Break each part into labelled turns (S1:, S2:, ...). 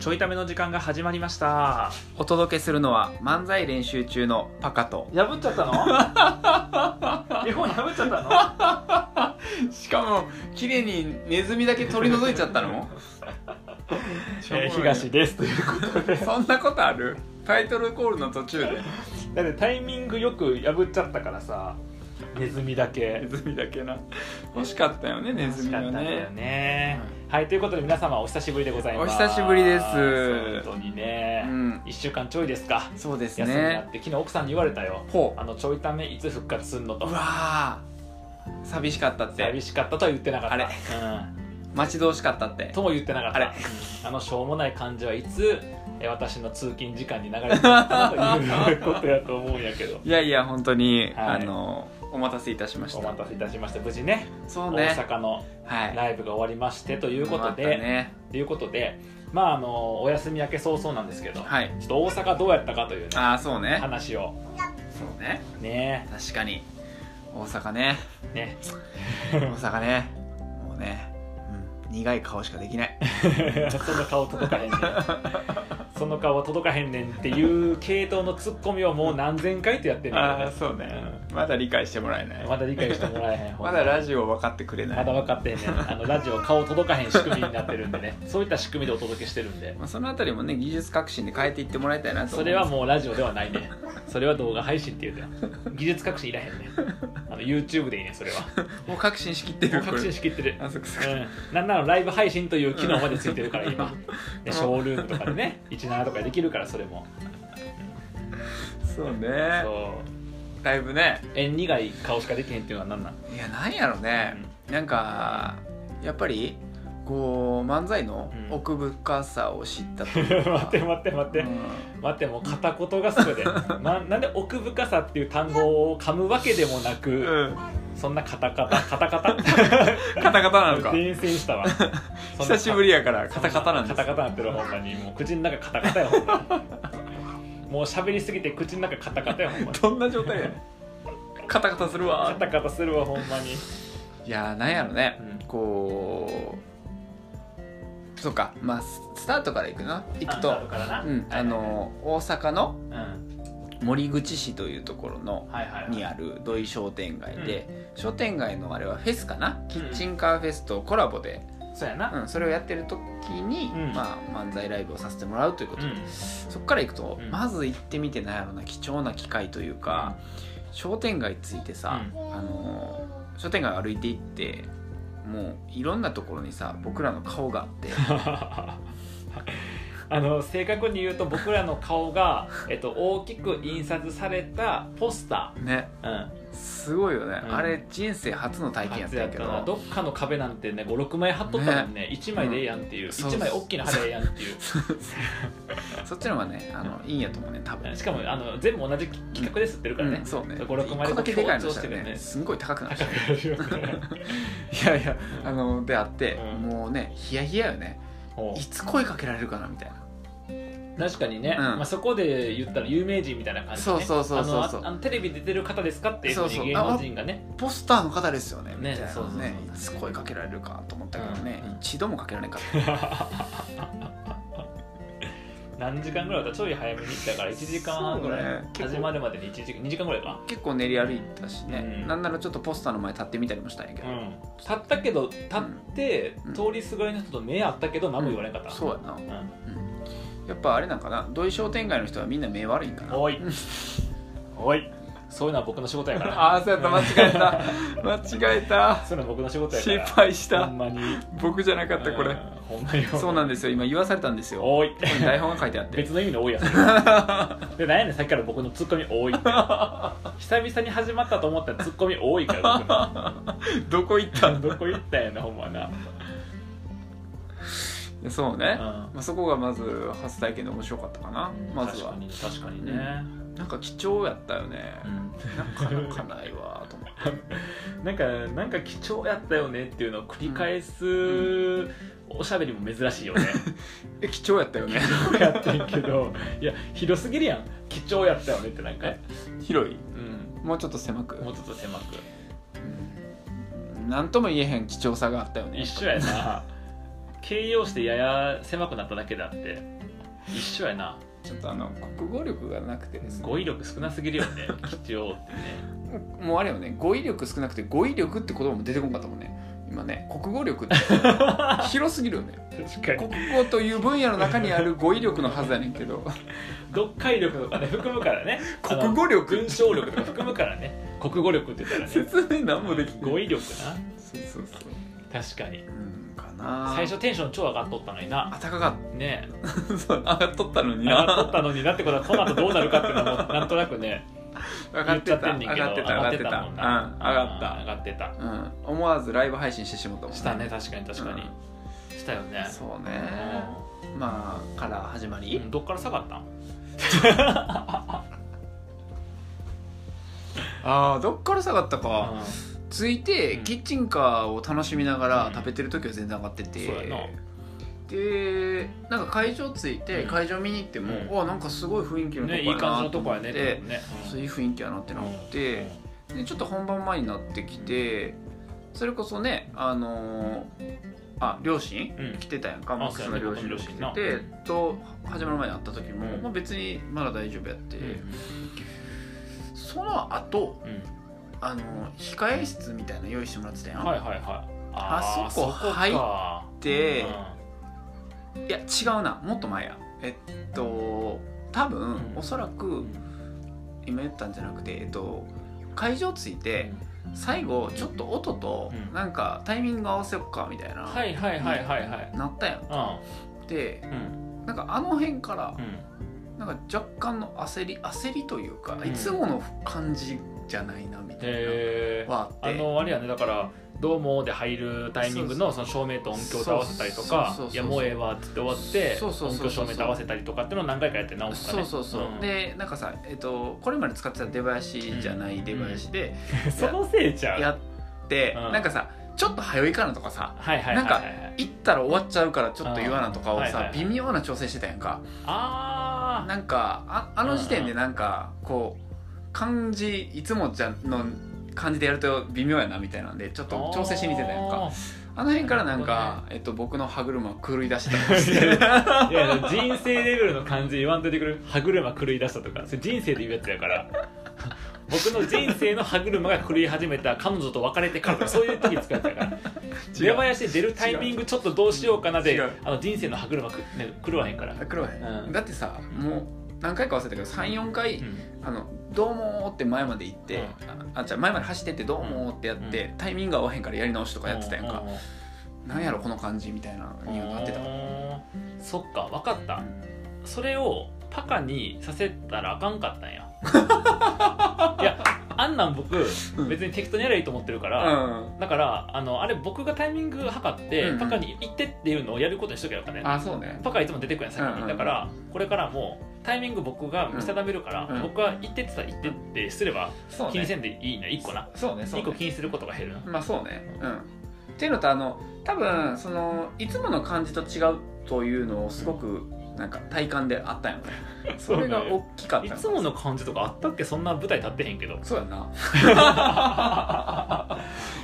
S1: ちょいための時間が始まりました
S2: お届けするのは漫才練習中のパカと
S1: 破っちゃったの 絵本破っちゃったの
S2: しかも綺麗にネズミだけ取り除いちゃったの
S1: えー東ですということで
S2: そんなことあるタイトルコールの途中で
S1: だってタイミングよく破っちゃったからさネズミだ
S2: ネ
S1: け
S2: ズミだけな欲しかったよねネズミは
S1: 欲しかったんだよ
S2: ね
S1: ね、はいということで皆様お久しぶりでございます
S2: お久しぶりです
S1: 本当にね、
S2: うん
S1: 一1週間ちょいですか
S2: そうです
S1: 休みになっ
S2: ね
S1: て、昨日奥さんに言われたよ
S2: ほう
S1: あのちょいためいつ復活すんのと
S2: うわー寂しかったって
S1: 寂しかったとは言ってなかった
S2: あれ待ち遠しかったって
S1: うん、とも言ってなかった
S2: あれ
S1: あのしょうもない感じはいつえ私の通勤時間に流れてくるのかなということやと思うんやけ ど
S2: いやいや本当に、
S1: はい
S2: あのお待たせいたしました
S1: お待たせいたしました無事ね
S2: そうね
S1: 大阪の
S2: はい
S1: ライブが終わりましてとい
S2: と
S1: うことで、
S2: ね、
S1: ということでまああのお休み明け早々なんですけど、
S2: はい
S1: ちょっと大阪どうやったかというね
S2: ああそうね
S1: 話を
S2: そうね
S1: ね
S2: 確かに大阪ね
S1: ね
S2: 大阪ねもうね、うん、苦い顔しかでき ない
S1: その顔届かへんねんその顔は届かへんねんっていう系統のツッコミをもう何千回とやってる
S2: あ
S1: か
S2: あそうね、まだ理解してもらえない
S1: まだ理解してもらえへん
S2: まだラジオ分かってくれない
S1: まだ分かってへんねんあのラジオ顔届かへん仕組みになってるんでね そういった仕組みでお届けしてるんで
S2: まあ、そのあたりもね技術革新で変えていってもらいたいなと思
S1: それはもうラジオではないねそれは動画配信っていうね技術革新いらへんねあの YouTube でいいねそれ は
S2: うもう革新しきって
S1: も
S2: る
S1: う革新
S2: し
S1: しきって る
S2: あそっかそっか
S1: うん、なんならライブ配信という機能までついてるから 今、ね、ショールームとかでね17とかできるからそれも
S2: そうね
S1: そう
S2: だいぶね
S1: 縁苦い顔しかできへんっていうのは何 なん
S2: いやなんやろね、なんかやっぱりこう漫才の
S1: うん
S2: 奥深さを知ったという か
S1: 待って待って待って、
S2: うん
S1: 待ってもう片言が すぐで、ま、なんで奥深さっていう単語を噛むわけでもなく、
S2: うん、
S1: そんなカタカ タカタカタ
S2: カタカ タなのか
S1: 伝染したわ
S2: 久しぶりやからカタカタなんです
S1: カタカタなってるほんまにもう口の中カタカタやほんまにもう喋りすぎて口の中カタカタやほんまに
S2: どんな状態やねんカタカタする
S1: カ
S2: わ
S1: タカタするわほんまに
S2: いやなんやろね、
S1: うん
S2: こうそうかまあススタートからいくな行く
S1: あなる
S2: と
S1: からな
S2: うん、あの大阪の
S1: うんはい
S2: 森口市というところの
S1: はいはい
S2: にある土井商店街で、商店街のあれはフェスかな、キッチ
S1: ン
S2: ンカーフェスとコラボで、
S1: そうやな
S2: うん、それをやってる時に、
S1: うん
S2: まあ、漫才ライブをさせてもらうということ
S1: う
S2: で、
S1: ん
S2: そこから行くと、
S1: うん
S2: まず行ってみてなんやろな貴重な機会というか、商店街ついてさ、
S1: う
S2: あのー商店街歩いていってもういろんなところにさ僕らの顔があって
S1: あの正確に言うと僕らの顔が、えっと、大きく印刷されたポス タ
S2: ね
S1: ー、
S2: すごいよね、
S1: うん
S2: あれ人生初の
S1: う
S2: 体
S1: ん、
S2: 験やっ
S1: 初
S2: たん
S1: や
S2: や
S1: っ
S2: け
S1: た
S2: ど
S1: などっかの壁なんてね56枚貼っとったのにね1枚でええやんっていう、
S2: そう
S1: 1枚大きな貼れええやんっていう
S2: そっちの方がねあのいいんやと思うね 多分
S1: しかもあの全部同じ企画ですってるからね、
S2: うんそうね
S1: 56枚で
S2: 一個だけでかいの
S1: 強
S2: した
S1: 調してる
S2: ら
S1: よね
S2: ねすんごい高 くなっち
S1: 高
S2: ゃ
S1: く
S2: う
S1: なるよね
S2: いやいやあのであって、
S1: うん
S2: もうねヒヤヒヤよね
S1: お
S2: いつ声かけられるかなみたいな
S1: 確かにね、
S2: うん
S1: まあ、そこで言ったら有名人みたいな感じで、ね、
S2: そうそうそうそうそう
S1: あのああのテレビ出てる方ですかっていうのに
S2: そうそう
S1: 芸能人がね
S2: ポスターの方ですよねみたいな
S1: ねそうそうそう
S2: ねいつ声かけられるかと思ったけどね、
S1: うんうん
S2: 一度もかけられなかっ
S1: 何時間ぐらいだったちょい早めに行ったから1時間半ぐ
S2: そう
S1: らい、
S2: ね結構
S1: 始まるまでに1時間2時間ぐらいか
S2: た結構練り歩いたしね、
S1: うん
S2: なんならちょっとポスターの前立ってみたりもしたんやけど、
S1: うん立ったけど立って、
S2: うん
S1: 通りすがりの人と目合ったけど何も言われなかった、
S2: そうやな
S1: うん
S2: やっぱあれなんかな土井商店街の人はみんな目悪いんかな
S1: おいおいそういうのは僕の仕事や から
S2: ああそうやった 間違えた間違えた
S1: そういうのは僕の仕事やから
S2: 失敗し
S1: ほ
S2: た
S1: んまに
S2: 僕じゃなかったこ
S1: うん
S2: れ
S1: ほんまよ
S2: そうなんですよ今言わされたんですよ
S1: おい
S2: ここに台本が書いてあっ て
S1: 別の意味の多いやつで何やねんさっきから僕のツッコミ多いって久々に始まったと思ったらツッコミ多いから
S2: どこ行った
S1: 僕のどこ行ったんやなほんまな、
S2: そうね、
S1: うん
S2: まあ、そこがまず初体験で面白かったかな、まずは
S1: 確かに確かにね、
S2: なんか貴重やったよね、
S1: う
S2: なかなかないわと思って
S1: ん、なんかなんか貴重やったよねっていうのを繰り返す、おしゃべりも珍しいよね
S2: え貴重やったよね
S1: やってんけどいや広すぎるやん貴重やったよねってなんか
S2: 広い
S1: うん
S2: もうちょっと狭く
S1: もうちょっと狭く
S2: うんなんとも言えへん貴重さがあったよね
S1: 一緒やな形容詞でやや狭くなっただけであって一緒やな
S2: ちょっとあの国語力がなくてですね
S1: 語彙力少なすぎるよね吉祥ってね
S2: もうあれよね語彙力少なくて語彙力って言葉も出てこなかったもんね今ね国 語力って広すぎるよね
S1: 確か
S2: 国
S1: に
S2: 語という分野の中にある語彙力のはずやねん けど
S1: 読解力とかね含むからねあの
S2: 国語力
S1: 文章力とか含むからね国語力って言ったらね
S2: 説明何もできない
S1: 語彙力
S2: そうそうそう
S1: な確かに
S2: うんかな
S1: 最初テンション超上がっとったのにな
S2: あ高かっ
S1: ねえ
S2: た そう上がっとったの
S1: 上
S2: にな
S1: がっとったのになってことはこの後どうなるかっていうのもなんとなくね
S2: 上が
S1: 言
S2: っ
S1: っちゃ
S2: て
S1: って
S2: た
S1: んねんけど
S2: 上がってた上がってた
S1: もん
S2: うん
S1: な
S2: 上が
S1: 上
S2: っ
S1: がってた
S2: たうん思わずライブ配信してしまったもんね
S1: したね確かに確かに、したよね
S2: うんそうねまあから始ま
S1: う
S2: り
S1: んどっから下がったん
S2: ああどっから下がったか
S1: うん
S2: ついて、
S1: うん
S2: キッチンカーを楽しみなが
S1: う
S2: ら
S1: ん
S2: 食べてる時は全然上がってて、
S1: そうやな
S2: でなんか会場ついて、
S1: うん
S2: 会場見に行っても、
S1: うん
S2: うわなんかすごい雰囲気のとこ
S1: ね、
S2: や
S1: いい感じ
S2: な
S1: のとこやね
S2: で
S1: 多分ね
S2: そういう雰囲気やなってなって、でちょっと本番前になってきてそれこそねあのーあ両親
S1: うん、うん
S2: 来てたやんか
S1: あ
S2: マックスの両
S1: そうや
S2: 親
S1: ね
S2: 来
S1: 僕
S2: て
S1: の
S2: て
S1: 両親な
S2: と始まる前に会った時も、
S1: うん
S2: まあ、別にまだ大丈夫やって、
S1: う
S2: その後
S1: ん
S2: あのー控え室みたいなの用意してもらってたやん、
S1: はいはいはいー
S2: あそこ入
S1: か
S2: で、
S1: う
S2: いや違うなもっと前やえっと多分、
S1: うん
S2: おそらく
S1: ん
S2: 今言ったんじゃなくてえっと会場ついて最後ちょっと音と
S1: うん
S2: なんかタイミング合わせよっかみたいな、
S1: はいはいはいはいはい
S2: なったやんで
S1: うんうん
S2: なんかあの辺から
S1: うん
S2: なんか若干の焦り焦りというか、
S1: うん
S2: いつもの感じじゃないなみたいな
S1: へえ
S2: はあ
S1: あ
S2: って
S1: のあれやねだから「どうも」で入るタイミングのその照明と音響と合わせたりとか
S2: そうそうそうそう
S1: 「いやもうええわ」っつって終わって
S2: そうそう
S1: 音
S2: そう
S1: 響
S2: そう
S1: 照明と合わせたりとかってのを何回かやって直すか
S2: そ
S1: ね
S2: うそうそう、
S1: ん
S2: でなんかさ、えっと、これまで使ってた出囃子じゃない出囃子で
S1: そのせいちゃう
S2: やって、
S1: うん
S2: なんかさちょっと早いかなとかさ
S1: はいはいはい
S2: なんか
S1: はいはい
S2: 行ったら終わっちゃうからちょっと言わなとかを
S1: うんはいはい
S2: さ
S1: はい
S2: 微妙な調整してたやんか
S1: あ
S2: なんかああの時点でなんかこう漢字いつもじゃの感じでやると微妙やなみたいなんでちょっ
S1: あ
S2: と調整しに行ってたやんかあの辺からなんか、えっと、僕の歯車を狂い出したりして
S1: いやいや人生レベルの感じ言わんといてくれる歯車狂い出したとかそれ人生で言うやつやから僕の人生の歯車が狂い始めた彼女と別れてからとかそういう時使ってたから出囃子で出るタイミングちょっとどうしようかなで
S2: 違う
S1: あの人生の歯車く、ね、狂わへんから、
S2: 狂わへん
S1: うん
S2: だってさもう何回か忘れたけど34回、
S1: うん
S2: あの「どうも」って前まで行って、ああじゃあ前まで走ってって「どうも」ってやって、タイミング合わへんからやり直しとかやってたやんか、なんやろこの感じみたいな
S1: う
S2: にはなってた
S1: う、んそっか分かったそれをパカにさせたらあかんかったん やいやあんなん僕
S2: うん
S1: 別に適当にやればいいと思ってるから、
S2: うん
S1: だからあのあれ僕がタイミング測って、
S2: うんうん
S1: パカに行ってっていうのをやることにしとけばよかったね
S2: あそうね
S1: パカいつも出てくるやん先に、
S2: うんうん
S1: だからこれからもタイミング僕が見定めるから、
S2: うん
S1: 僕は行ってって言ったら行ってってすれば
S2: そう
S1: 気にせ
S2: ね
S1: んでいいな1個な
S2: そうねそう
S1: 1個
S2: ね
S1: 気にすることが減るな、
S2: まあそうねうんっていうのとあの多分そのいつもの感じと違うというのをすごくなんか体感であっ たよねそれが
S1: そうね
S2: 大きかっ
S1: い
S2: た
S1: つもの感じとかあったっけそんな舞台立ってへん けど
S2: そうやない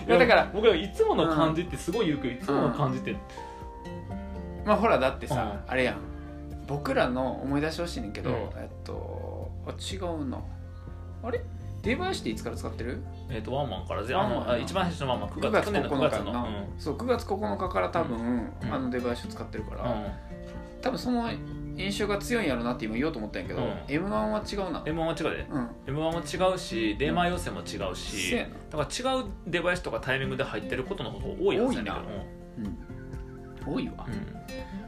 S2: いやだから
S1: 僕はいつもの感じってすごい言うけどいつもの感じって、
S2: まあほらだってさ、
S1: う
S2: あれやん僕らの思い出してほしいねんけど、
S1: うん
S2: えっとあ違うなあれデバイスっていつから使ってる
S1: えっとワンマンからぜ
S2: ワ
S1: あ
S2: ンマン
S1: のあ一番最初のワンマン9
S2: 9
S1: 月去
S2: 月
S1: 年
S2: 9日
S1: の9月
S2: か
S1: の
S2: な、そう9月9日から多分、
S1: うん
S2: あのデバイス使ってるから、
S1: うん、うん
S2: 多分その印象が強いんやろなって今言おうと思ったんやけど、
S1: うん
S2: m 1は違うな
S1: M1 は違うで
S2: うん
S1: M1 も違うし出前要請も違うし、
S2: せやな
S1: だから違うデバイスとかタイミングで入ってることの方が多いやつやねんけど
S2: 多うん多いわ
S1: う、ん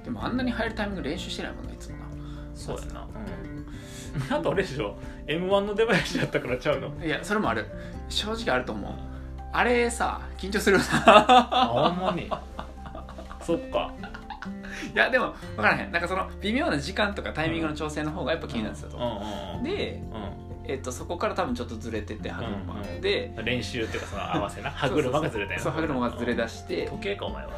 S2: でもあんなに入るタイミング練習してないもんないつも
S1: うんそうやな、うん、あとあれでしょ M1 のデバイスやったからちゃうの
S2: ないやそれもある正直あると思うあれさ緊張するよな
S1: あほんまにそっか
S2: いやでも分からへんなんかその微妙な時間とかタイミングの調整の方がやっぱ気になってたと
S1: うん
S2: 思
S1: う
S2: う、
S1: ん
S2: で、
S1: うんうん
S2: えっと、そこから多分ちょっとずれてて歯車、
S1: うんうん
S2: で
S1: 練習っていうかその合わ せな歯車がずれたよ
S2: そう歯車がずれ出して
S1: 時計かお前は、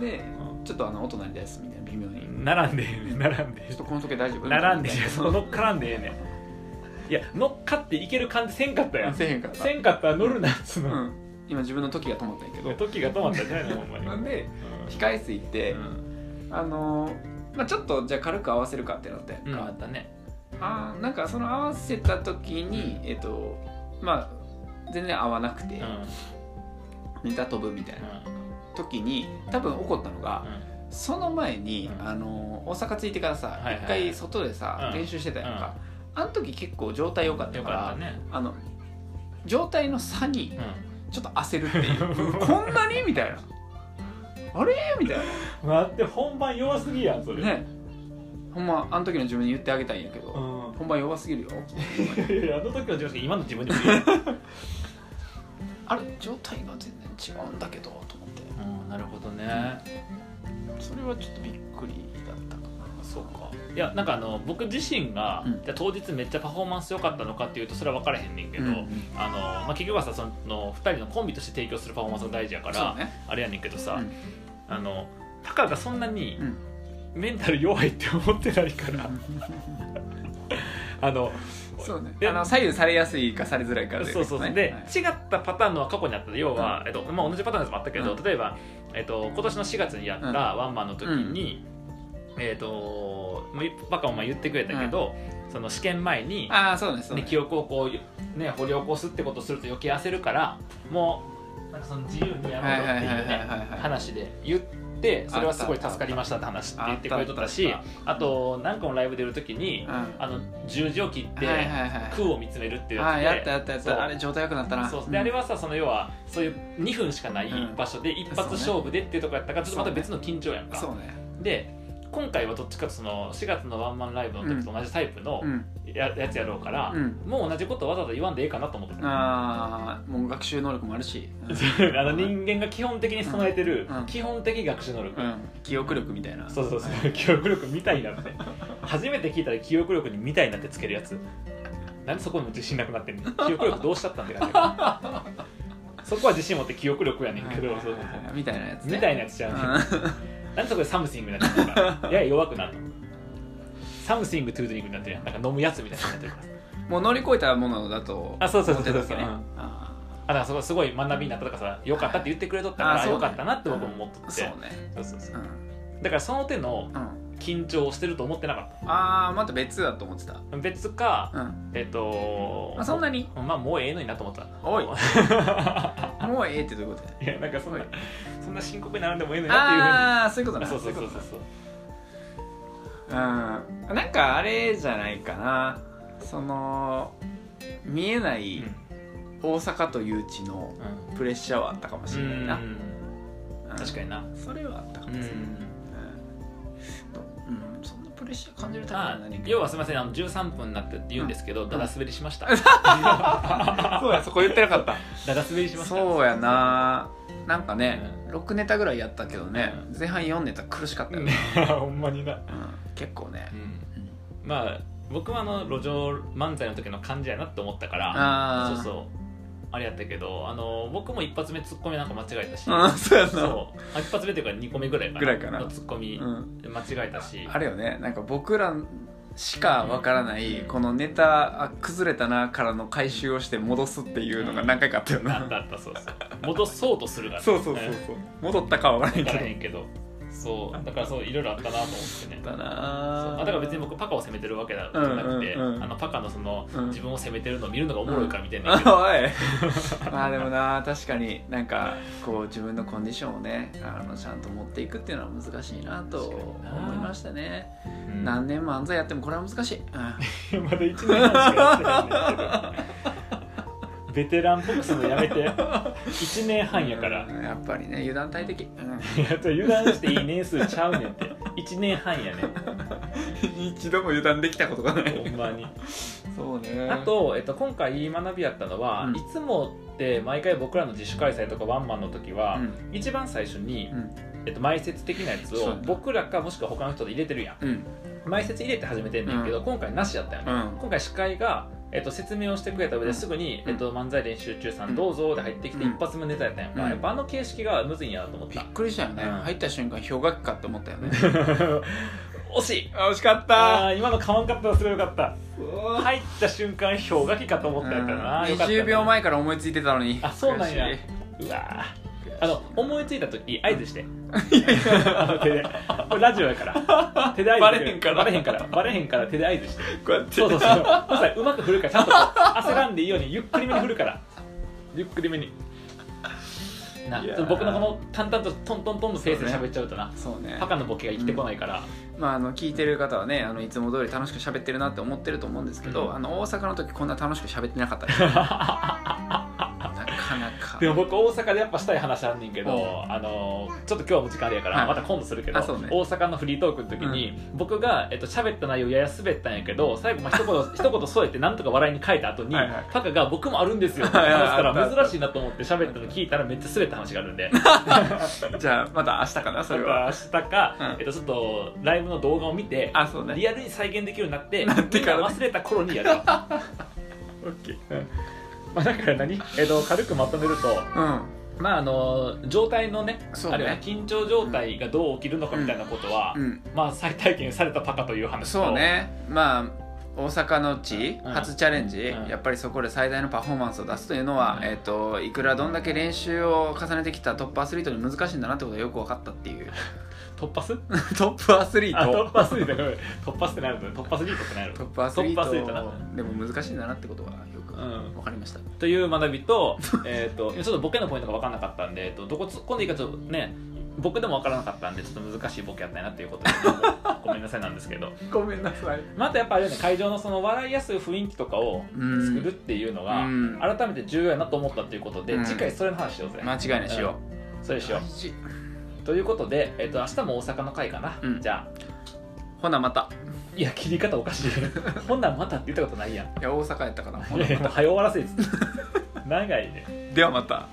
S2: で
S1: う
S2: ちょっとあの音鳴りですみたいな微妙に
S1: ん、並んでええねん並んでええ
S2: ちょっとこの時計大丈夫
S1: 並んで
S2: みたいな
S1: ええその乗っからんでええねんいや乗っかっていける感じせんかったやん
S2: せえへんから
S1: せんかったら乗るなっつう
S2: う
S1: の、
S2: ん、今自分の時が止まったんやけど
S1: 時が止まったんじゃないのほんまに
S2: なんで
S1: うん
S2: 控え水って、
S1: うん
S2: あのまあ、ちょっとじゃあ軽く合わせるかってなって、
S1: 変わ
S2: あ
S1: ったね
S2: あーなんかその合わせた時にえっとまあ全然合わなくて
S1: うんうん
S2: ネタ飛ぶみたいな時に多分起こったのがその前に、
S1: うん
S2: あの大阪着いてからさ
S1: はいはい
S2: 一回外でさ、
S1: うん
S2: 練習してたやんか、あの時結構状態良かっ
S1: うん
S2: た
S1: よ
S2: か
S1: からったね
S2: あの状態の差に
S1: う
S2: ちょっと焦るっていう こんなにみたいなあれみたい
S1: ん待って本番弱すぎやんそ
S2: な
S1: れ
S2: ねほんまあの時の自分に言ってあげたいんやけど、
S1: うん
S2: 本番弱すぎるよ
S1: いやいやあの時の自分今の自分でもいいよ
S2: あれ状態が全然違うんだけどと思って
S1: うんなるほどね
S2: それはちょっとびっくりだったかな
S1: そうかいやなんかあの僕自身が、
S2: うん
S1: じゃあ当日めっちゃパフォーマンス良かったのかっていうとそれは分からへんねんけ
S2: け
S1: ど、
S2: ど、
S1: あのまあ、結局はさその2人のコンビとして提供するパフォーマンスが大事やから、
S2: そうね
S1: あれやねんけどさ、
S2: うん
S1: あのタカがそんなに
S2: うん
S1: メンタル弱いって思ってないから、あの
S2: そうね
S1: で
S2: あの左右されやすいかされづらい
S1: そ
S2: から
S1: う
S2: とい
S1: そう
S2: こと
S1: そう
S2: ね
S1: で、
S2: はい
S1: 違ったパターンのは過去にあった要は、えっとまあ、同じパターンのやつもあったけど、
S2: うん
S1: 例えば、えっと、今年の4月にやった
S2: うん
S1: ワンマンの時に、えっとまあバカもまあ言ってくれたけど、その試験前に、
S2: ああそうねそう
S1: ね、
S2: ね
S1: 記憶をこう、ね、掘り起こすってことをすると余計焦るからもうなんかその自由にや
S2: はい
S1: ろう
S2: は
S1: よ
S2: い
S1: って
S2: はいいは
S1: う
S2: いは
S1: ね
S2: いはい
S1: 話で言ってそれはすごい助かりましたって話って言ってくれとったし
S2: あ
S1: あ
S2: った
S1: と何かのライブ出る時に
S2: うん
S1: あの十字を切って
S2: はいはいはい
S1: 空を見つめるっていう
S2: あーや
S1: や
S2: っ
S1: つ
S2: た
S1: で
S2: やったやっ
S1: そう
S2: たあれ状態良くなったな
S1: そうであれはさその要はそういう2分しかない
S2: うん
S1: 場所で一発勝負でっていうとこやったからちょっとまた別の緊張やん
S2: そ
S1: か
S2: うね
S1: で今回はどっちかとその4月のワンマンライブの時と同じタイプの
S2: うん
S1: ややつやろうから、
S2: うん
S1: もう同じことわざわざ言わんでええかなと思ってた
S2: ああもう学習能力もあるし、
S1: あの人間が基本的に備えてる
S2: うん
S1: 基本的学習能力、
S2: うん、記憶力みたいな
S1: そうそうそう 記憶力みたいなって初めて聞いたら記憶力に「みたいな」ってつけるやつなんでそこにも自信なくなってんの記憶力どうしたったんって感じやから そこは自信持って記憶力やねんけど
S2: はいはい
S1: そうそう
S2: はいはい
S1: そう
S2: みたいなやつ、ね、
S1: みたい
S2: な
S1: なやつちゃうねんなんでそこでサムシングになってるのかやや弱くなったサムシングトゥードリンクになってるやんなんか飲むやつみたいになってるから
S2: もう乗り越えたものだと
S1: あそうそうそうそう
S2: 思ってたわけね
S1: うん
S2: あ
S1: あだからそこすごい学びになったとかさよかったって言ってくれとったから、
S2: あそうね
S1: よかったなって僕も思っと
S2: ー
S1: って
S2: そうね
S1: そうそうそう
S2: うん、
S1: だからその手の
S2: うん、
S1: 緊張をしてると思ってなかっ
S2: ああまた別だと思ってた
S1: た別か
S2: うん
S1: えっと
S2: まあそんなに
S1: まあもうええのになと思った
S2: おいもうええってどういうこと
S1: いやなんかそんなそんな深刻にならんでもええのになっ
S2: ああーそういうこ
S1: て
S2: と
S1: いうふうにあそうそ
S2: な
S1: うそう
S2: い
S1: そう
S2: こと
S1: そう
S2: なうんなんかあれじゃないかなその見えな
S1: う
S2: い
S1: ん
S2: 大阪という地のプレッシャーはあったかもし
S1: う
S2: れない
S1: ん
S2: な、
S1: うん確かにな
S2: にそれはあったか
S1: う
S2: もしれない、うん
S1: ん
S2: うんそんなプレッシャー感じるタイプ
S1: あ
S2: は何
S1: 要はすみませんあの13分になってって言うんですけど、
S2: ん
S1: だだ滑りしま した
S2: そうやそこ言ってなかった
S1: だだ滑りしました
S2: そうやななんかね、
S1: う
S2: 6ネタぐらいやったけどね、前半4ネタ苦しかったよね、
S1: うんほんまにな
S2: うん結構ね
S1: う、んまあ僕はあの路上漫才の時の感じやなって思ったから
S2: ああ
S1: そうそうあれやったけどあの僕も一発目ツッコミなんか間違えたし
S2: あーそうやな
S1: そうあ一発目というか2個目ぐらいかな
S2: ぐらいかな
S1: のツッコミ
S2: うん、
S1: 間違えたし
S2: あれよねなんか僕らしかわからないこのネタあ崩れたなからの回収をして戻すっていうのが何回かあったよ
S1: あった
S2: な、
S1: あったそうそう戻そうとするから
S2: そうそうそうそう戻ったかはわから
S1: 分
S2: な
S1: か
S2: い
S1: ら
S2: け
S1: へんけどそうだからそういろいろあったなと思ってね
S2: どだ
S1: そう
S2: な
S1: あだから別に僕パカを責めてるわけじゃなくて、
S2: うんうんうん
S1: あのパカのその、
S2: うん
S1: 自分を責めてるのを見るのがおもろいからみたいな、
S2: あおい まあでもな確かになんかこう自分のコンディションをねあのちゃんと持っていくっていうのは難しいなと思いましたね、
S1: うん
S2: 何年漫才やってもこれは難しい、うん
S1: まだ1年半しかやってないんですけどベテランっぽくするのやめて1年半やから
S2: うんやっぱりね油断大 敵、
S1: いや油断していい年数ちゃうねんって1年半やねん
S2: 一度も油断できたことがな
S1: ほんまに
S2: そうね
S1: あと、えっと、今回いい学びやったのは、
S2: うん
S1: いつもって毎回僕らの自主開催とかワンマンの時は、
S2: うん
S1: 一番最初に
S2: う、ん
S1: えっと、埋設的なやつ
S2: そう
S1: を
S2: やな
S1: 僕らかもしくは他の人で入れてるやん
S2: うん
S1: 埋設入れて始めてんねんけど、今回なしやったよね、
S2: うん
S1: 今回司会が、えっと、説明をしてくれた上
S2: う
S1: で
S2: ん
S1: すぐに、
S2: うん
S1: えっと、漫才練習中さ
S2: うん
S1: んどうぞで入ってきて
S2: うん
S1: 一発目ネタやったやんか、
S2: うん
S1: やっぱあの形式がむずいんやなと思っ
S2: びった くりしたよね、
S1: うん
S2: 入った瞬間氷河期かって思ったよね
S1: 惜しい
S2: 惜しかっ
S1: あー今のかまんかったらすごいよかった
S2: は
S1: 入った瞬間氷河期かと思ったやったなよかったな
S2: 20秒前から思いついてたのに
S1: あそうなんや
S2: 悔しいう
S1: わーあの思いついた時合図してあの手でこれラジオやから手で合図
S2: バレへんから
S1: バレへんからバレへんから手で合図して
S2: こうやって
S1: そうそうそうそうそううまく振るからちゃんとこう焦らんでいいようにゆっくりめに振るからゆっくりめにない
S2: やー
S1: ちょっと僕のこの淡々とトントントンのペースで喋っちゃうとな
S2: そうね
S1: パカのボケが生きてこないから、
S2: まあ、あの聞いてる方はねあのいつも通り楽しく喋ってるなって思ってると思うんですけど、
S1: うん
S2: あの大阪の時こんな楽しく喋って なかったですなかなか
S1: でも僕大阪でやっぱしたい話あんねんけど、
S2: う
S1: あのーちょっと今日はもう時間あれやから、
S2: はい
S1: また今度するけど、
S2: あそうね
S1: 大阪のフリートークの時に、僕が、えっと喋った内容やや滑ったんやけど最後まあ一 言一言添えてなんとか笑いに変えた後に、
S2: はいはい
S1: パカが「僕もあるんですよ」って話した
S2: はいはいあっ
S1: ら
S2: た
S1: 珍しいなと思って喋ったの聞いたらめっちゃ滑った話があるんで
S2: じゃあまた明日かな それは
S1: また明日か、
S2: うん
S1: えっと、ちょっとライブの動画を見て
S2: あそうね
S1: リアルに再現できるようになって
S2: なってからね
S1: みんな忘れた頃 にやるま
S2: オッケー
S1: あだから何、えっと、軽くまとめると
S2: う
S1: まああの状態のね
S2: そうね
S1: あるいは緊張状態がどう起きるのかみたいなことは、
S2: んうん
S1: まあ再体験されたパカという話と
S2: そうねまあ大阪の地
S1: うん
S2: 初チャレンジ、
S1: うん
S2: やっぱりそこで最大のパフォーマンスを出すというのは、
S1: うん
S2: えっといくらどんだけ練習を重ねてきたトップアスリートに難しいんだなってことがよく分かったっ ていう
S1: 突破 す
S2: トップアスリ
S1: あ
S2: ー
S1: 突
S2: ト
S1: 破すリートごめん突破すってなると突破すリートってなる
S2: トップアスリー
S1: トップアスリートな
S2: トでも難しいんだなってことがよく
S1: うん
S2: 分かりました、
S1: という学びと, 、 えー、と今ちょっとボケのポイントが分からなかったんで、えっとどこ突っ込んでいいかちょっとね僕でも分からなかったんでちょっと難しいボケやったんやなっていうことでごめんなさいなんですけど
S2: ごめんなさい
S1: またやっぱあれよね会場のその笑いやすい雰囲気とかを作るっていうのが、
S2: うん
S1: 改めて重要やなと思ったということで、
S2: うん
S1: 次回それの話しようぜ、
S2: 間違いないしよ
S1: それし
S2: う、
S1: ようということで、えっと明日も大阪の会かな、
S2: うん
S1: じゃあ
S2: ほなまた
S1: いや切り方おか しいほんならまたって言ったことないやん
S2: いや大阪やったかなほ
S1: い
S2: な
S1: やもう
S2: ま
S1: 早終わらせいっつって長いね
S2: たではまた